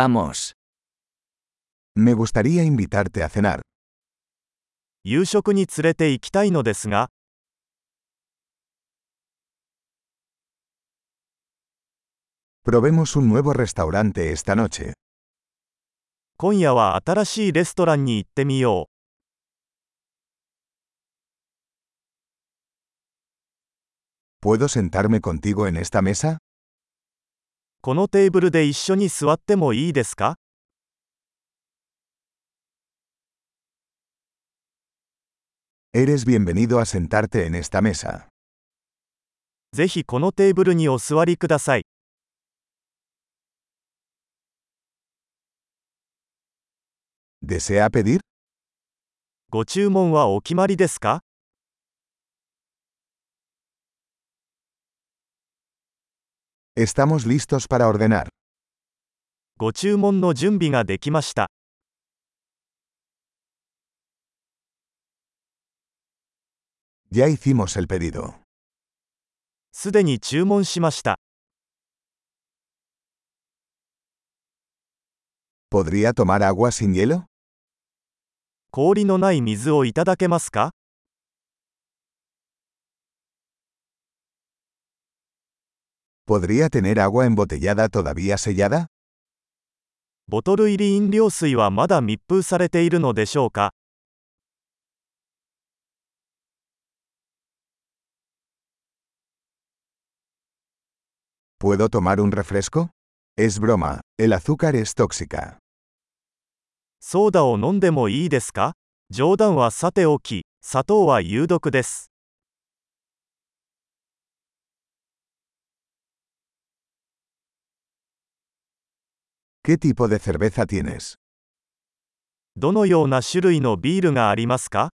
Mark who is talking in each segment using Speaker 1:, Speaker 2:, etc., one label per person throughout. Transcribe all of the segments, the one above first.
Speaker 1: Vamos.
Speaker 2: Me gustaría invitarte a cenar.
Speaker 3: 夕食に連れて行きたいのですが
Speaker 2: Probemos un nuevo restaurante esta noche.
Speaker 3: 今夜は新しいレストランに行ってみよ
Speaker 2: ¿Puedo sentarme contigo en esta mesa?
Speaker 3: うこのテーブルで一緒に座ってもいいですか
Speaker 2: Eres bienvenido a sentarte en esta mesa.
Speaker 3: ぜひこのテーブルにお座りください
Speaker 2: ¿Desea pedir?
Speaker 3: ご注文はお決まりですか
Speaker 2: Estamos listos para ordenar.
Speaker 3: ご注文の準備ができました
Speaker 2: Ya hicimos el pedido.
Speaker 3: すでに注文しました
Speaker 2: ¿Podría tomar agua sin hielo?
Speaker 3: 氷のない水をいただけますか
Speaker 2: ¿Podría tener agua embotellada todavía sellada?
Speaker 3: ボトル入り飲料水はまだ密封されているのでしょうか
Speaker 2: ¿Puedo tomar un refresco? Es broma, el azúcar es tóxica.
Speaker 3: ソーダを飲んでもいいですか冗談はさておき砂糖は有毒です
Speaker 2: ¿Qué tipo de cerveza tienes?
Speaker 3: どのような種類のビールがありますか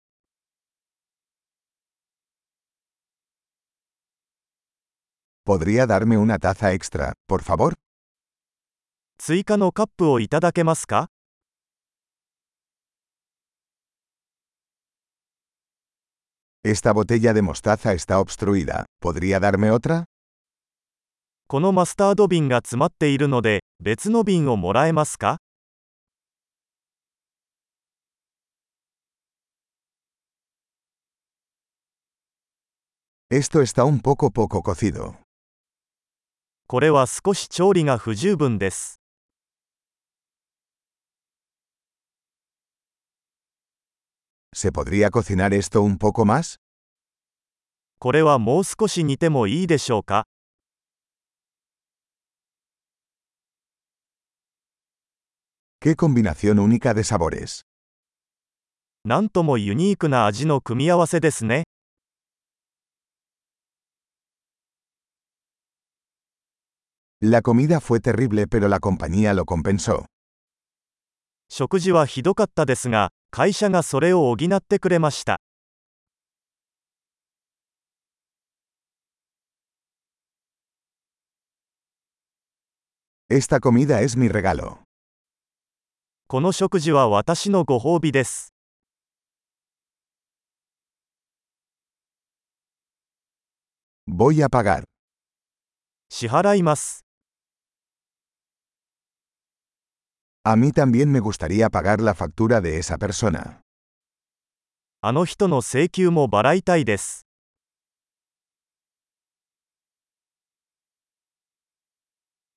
Speaker 2: ¿Podría darme una taza extra, por favor?
Speaker 3: 追加のカップをいただけますか
Speaker 2: Esta botella de mostaza está obstruida. ¿Podría darme otra?
Speaker 3: このマスタード瓶が詰まっているので別の瓶をもらえますか
Speaker 2: Esto está un poco poco cocido.
Speaker 3: これは少し調理が不十分です
Speaker 2: ¿Se podría cocinar esto un poco más?
Speaker 3: これはもう少し煮てもいいでしょうか
Speaker 2: ¡Qué combinación única de sabores!
Speaker 3: なんともユニークな味の組み合わせですね
Speaker 2: La comida fue terrible pero la compañía lo compensó.
Speaker 3: 食事はひどかったですが会社がそれを補ってくれました
Speaker 2: Esta comida es mi regalo.
Speaker 3: この食事は私のご褒美です
Speaker 2: Voy a pagar.
Speaker 3: 支払います
Speaker 2: A mí también me gustaría pagar la factura de esa persona.
Speaker 3: あの人の請求も払いたいです